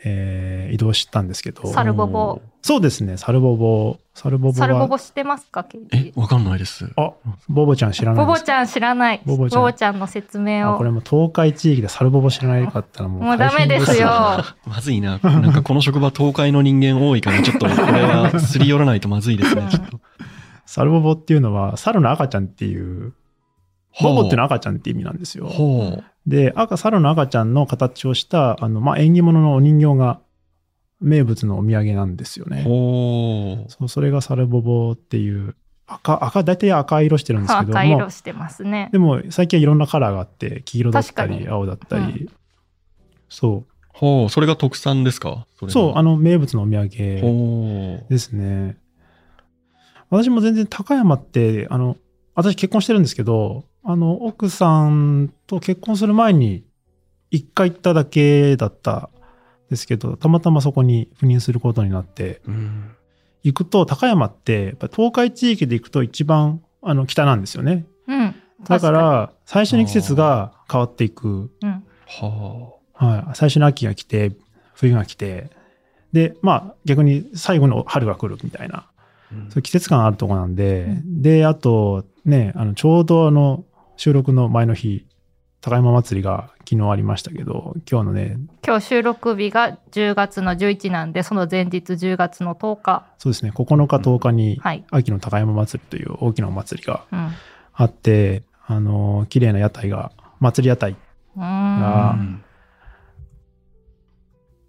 S3: えー移動したんですけど、
S1: サルボボ。
S3: そうですね、サルボボ。サルボボ
S1: サルボボ
S3: は、
S1: 知ってますか、ケイテ
S2: え
S1: ィ、。
S2: わかんないです。
S3: あ、ボボちゃん知らない
S1: ボボ
S3: です
S1: ちゃん知らない。
S3: ボ
S1: ボ
S3: ボ
S1: ボ
S3: ちゃん
S1: ちゃんの説明
S3: あ
S1: を
S3: こ。れも東海地域でサルボボ知らないかったらもう
S1: もう
S3: 大
S1: ダメ
S3: 変
S1: ですよ。
S2: まずい な。なんかこの職場東海の人間多いから、ちょっとこれはすり寄らないとまずい ですね。ちょっと。
S3: サルボボっていうのは、猿の赤ちゃんっていう、ボボっていうのは赤ちゃんって意味なんですよ。
S2: ほう。
S3: で、赤、猿の赤ちゃんの形をした、あの、まあ、縁起物のお人形が名物のお土産なんですよね。
S2: ほう。
S3: そう、それがサルボボっていう、赤、赤、大体赤い色してるんですけど
S1: 赤
S3: も
S1: 色、してますね
S3: で。も最近はいろんなカラーがあって、黄色だった
S1: 確か
S3: り、
S1: に
S3: 青だったり、
S1: う
S3: そ
S2: ほう。それが特産ですか
S3: う、そう、あ
S2: の。
S3: の、名物のお土産。
S2: ほう。
S3: ですね。私も全然高山って、あの、私結婚してるんですけど、あの、奥さんと結婚する前に一回行っただけだったんですけど、たまたまそこに赴任することになって、
S2: うん。
S3: 行くと高山って、やっぱ東海地域で行くと一番、あの、北なんですよね。
S1: うん。
S3: だから、最初に季節が変わっていく。
S1: 確かに、うん、
S2: は
S3: はい。最初の秋が来て、冬が来て、で、まあ逆に最後の春が来るみたいな。
S2: あ。うん
S3: そういう季節感あるとこなんで、
S1: う
S3: で、あとね、あの、ちょうどあの、収録の前の日、高山祭りが昨日ありましたけど、今日のね、
S1: 今日収録日が10月の11なんで、その前日10月の10日。
S3: そうですね、9日10日に、
S1: はい。
S3: 秋の高山祭りという大きなお祭りが
S1: うん。う
S3: あって、あの、綺麗な屋台が、祭り屋台
S1: ー
S3: あ
S1: ん。
S3: ー
S2: うん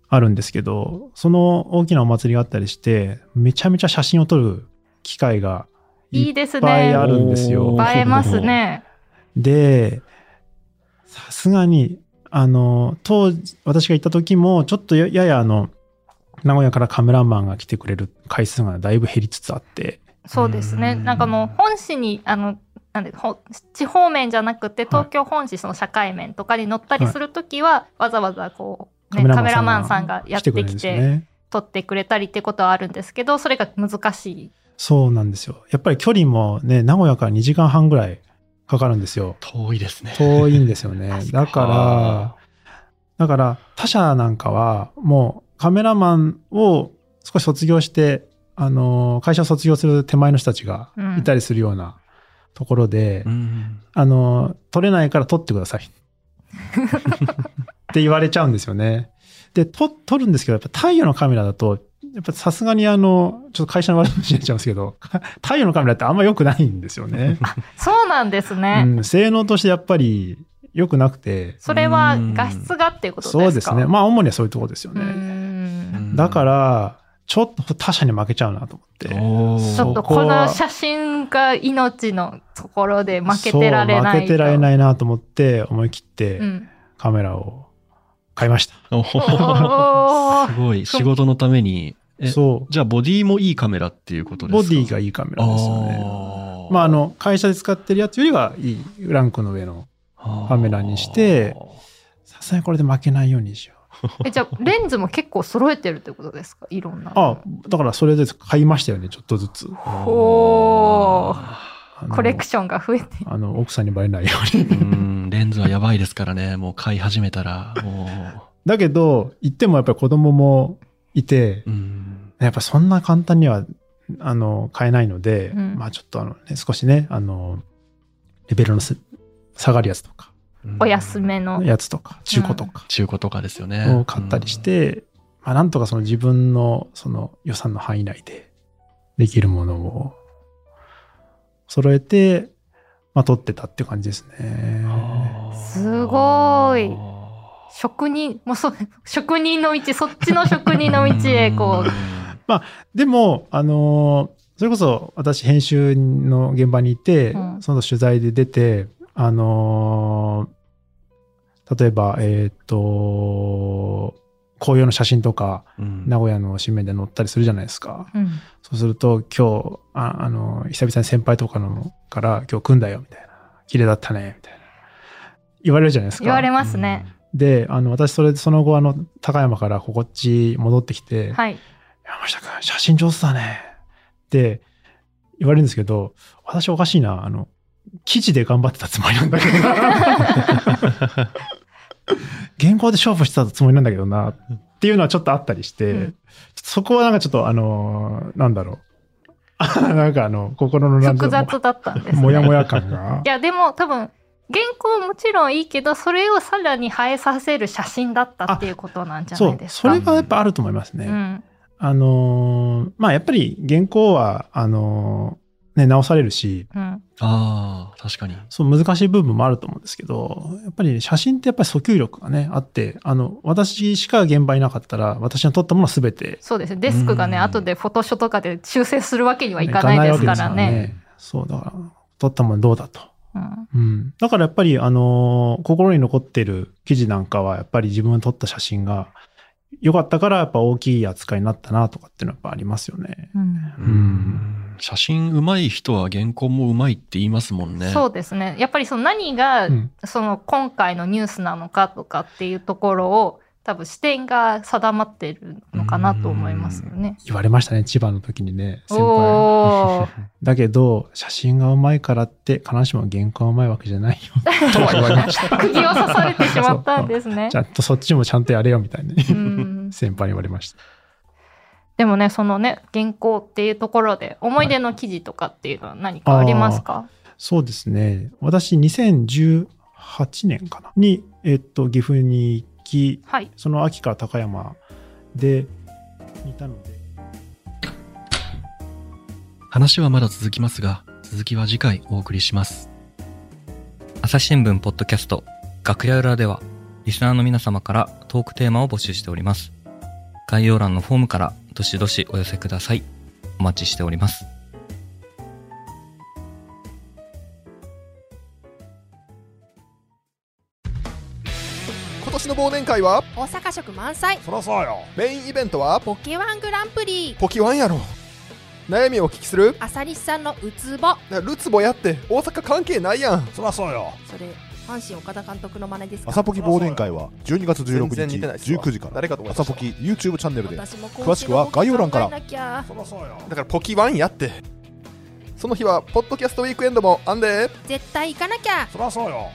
S3: あるんですけど、その大きなお祭りがあったりして、めちゃめちゃ写真を撮る機会が
S1: いいです
S3: いっぱい
S1: ね
S3: あ。るんですよ。
S2: おー
S1: 映えますね。
S3: で、さすがに、あの、当時、私が行った時も、ちょっとやややあの、名古屋からカメラマンが来てくれる回数がだいぶ減りつつあって、
S1: そうですね。
S2: うん
S1: なんかもう本市に、あの、なんでほ地方面じゃなくて東京本市その社会面とかに乗ったりするときは、わざわざこう、ね、カメラマンさんがやってき
S3: 来くれ
S1: て
S3: るんですね。
S1: 撮ってくれたりってことはあるんですけどそれが難しい。
S3: そうなんですよ。やっぱり距離もね、名古屋から2時間半ぐらいかかるんですよ。
S2: 遠いですね。
S3: 遠いんですよね だから、だから他社なんかはもうカメラマンを少し卒業して、あの、会社を卒業する手前の人たちがいたりするようなところで、
S2: うん。
S3: あの、撮れないから撮ってください。って言われちゃうんですよね。で、撮、撮るんですけど、やっぱ太陽のカメラだと、やっぱさすがにあの、ちょっと会社の悪い話になっちゃうんですけど、 か太陽のカメラってあんま良くないんですよね。
S1: そうなんですね、
S3: うん、性能としてやっぱり良くなくて、
S1: それは画質がっていうことですか
S3: そうですね。まあ主にはそういうところですよ
S1: う
S3: ね。
S1: ん
S3: だから、ちょっと他社に負けちゃうなと思って。
S2: おー、
S1: ちょっと
S3: そこは
S1: この写真が命のところで負けてられない
S3: そう負けてられ
S1: い、
S3: ないなと思って、思い切っ
S1: う
S3: て
S1: ん、
S3: カメラを買いました。
S2: お
S1: お
S2: ー
S1: ー
S2: すごい。仕事のために。え
S3: そう。
S2: じゃあ、ボディもいいカメラっていうことですか
S3: ボディがいいカメラですよね。
S2: あー
S3: まあ、あの、会社で使ってるやつよりはいいランクの上の。カメラにしてさすがにこれで負けないようにしよう。
S1: えじゃあレンズも結構揃えてるってことですかいろんな
S3: あ、だからそれで買いましたよね、ちょっとずつ。
S1: ほー
S3: あの
S1: コレクションが増えてい
S3: あの、奥さんにバレないように。
S2: うんレンズはやばいですからねもう買い始めたらも
S3: だけど、行ってもやっぱり子供もいて
S2: う、うん
S3: やっぱそんな簡単には、あの、買えないので、
S1: うん
S3: まあちょっとあのね、少しね、あの、レベルのす下がるやつとか、
S1: お安めの
S3: やつとか、中古とか、
S2: 中古とかですよね
S3: を買ったりして、まあなんとかその自分のその予算の範囲内でできるものを揃えて、まあ撮ってたって感じですね。
S1: すごい
S2: 道
S1: 職人もう そう職人の道そっちの職人の道へこう
S3: でも、あのーそれこそ私編集の現場にいて、
S1: うん
S3: その取材で出て、あのー例えば、えーっ、と、紅葉の写真とか、名古屋の紙面で載ったりするじゃないですか。
S1: うん
S3: そうすると、今日、あ、あの、久々に先輩とかのから、今日組んだよ、みたいな。綺麗だったね、みたいな。言われるじゃないですか。
S1: 言われますね、
S3: で、あの、私、それで、その後、あの、高山からこっち戻ってきて、い
S1: はい
S3: や山下君、写真上手だね。って言われるんですけど、私おかしいな。あの、記事で頑張ってたつもりなんだけ どな。原稿で勝負してたつもりなんだけどな。っていうのはちょっとあったりして、
S1: うん
S3: そこはなんかちょっと、あのーなんだろう。 なんかあの、心のなんだ
S1: 複
S3: ろう
S1: 雑だったんです、ね、
S3: もやもや 感が
S1: い。やでも多分原稿もちろんいいけどそれをさらに映えさせる写真だったっていうことなんじゃな
S3: そ、
S1: いうです
S3: そ
S1: か。
S3: れがやっぱあると思いますね。
S1: うん
S3: あのーまあやっぱり原稿は、あのーね、直されるし、
S1: うん
S2: ああ、確かに。
S3: そう難しい部分もあると思うんですけど、やっぱり写真ってやっぱり訴求力がね、あって、あの、私しか現場にいなかったら、私の撮ったものは全て、
S1: そうですねデスクがね、
S2: うん
S1: 後でフォトショーとかで修正するわけにはいかないですからね。
S3: いかないわけですからねそう、だから、撮ったものどうだと。
S1: うん
S3: うん。だからやっぱり、あのー心に残ってる記事なんかは、やっぱり自分の撮った写真が良かったから、やっぱ大きい扱いになったなとかっていうのはやっぱありますよね。
S1: うん
S3: ん
S2: 写真うまい人は原稿もうまいって言いますもんね。
S1: そうですねやっぱりその何が、
S3: うん。
S1: その今回のニュースなのかとかっていうところを多分視点が定まってるのかなと思いますよね。
S3: 言われましたね、千葉の時にね、先輩。
S1: おー
S3: だけど、写真がうまいからって、必ずしも原稿がうまいわけじゃないよ。とは言われ ま した。
S1: 釘を刺されてしまったんですね
S3: ち。ゃんとそっちもちゃんとやれよみたいに
S1: うん
S3: 先輩に言われました。
S1: でもねそのね原稿っていうところで思い出の記事とかっていうのは何かありますか、
S3: そうですね。私、2018年かなに、えっと、岐阜に行き、
S1: はい
S3: その秋から高山でいたので、
S2: 話はまだ続きますが、続きは次回お送りします。
S4: 朝日新聞ポッドキャスト楽屋裏ではリスナーの皆様からトークテーマを募集しております概要欄のフォームからどしどしお寄せくださいお待ちしております
S5: 今年の忘年会は
S6: 大阪色満載
S5: そらそうよメインイベントは
S6: ポケワングランプリ
S5: ポキワンやろ悩みをお聞きする
S6: 朝西さんのウツボ
S5: ルツボやって大阪関係ないやんそらそうよ
S6: それ阪神岡田監督の真似ですか
S7: 朝ポキ忘年会は12月16
S5: 全然
S7: 日
S5: 似てないっすわ
S7: 19時から
S5: 誰かと思いました
S7: 朝ポキ YouTube チャンネルで
S6: 私も
S7: 詳しくは概要欄から
S6: 考えなきゃ
S7: そらそうよ
S5: だからポキワンやってその日はポッドキャストウィークエンドもあんで
S6: 絶対行かなきゃ
S7: そらそうよ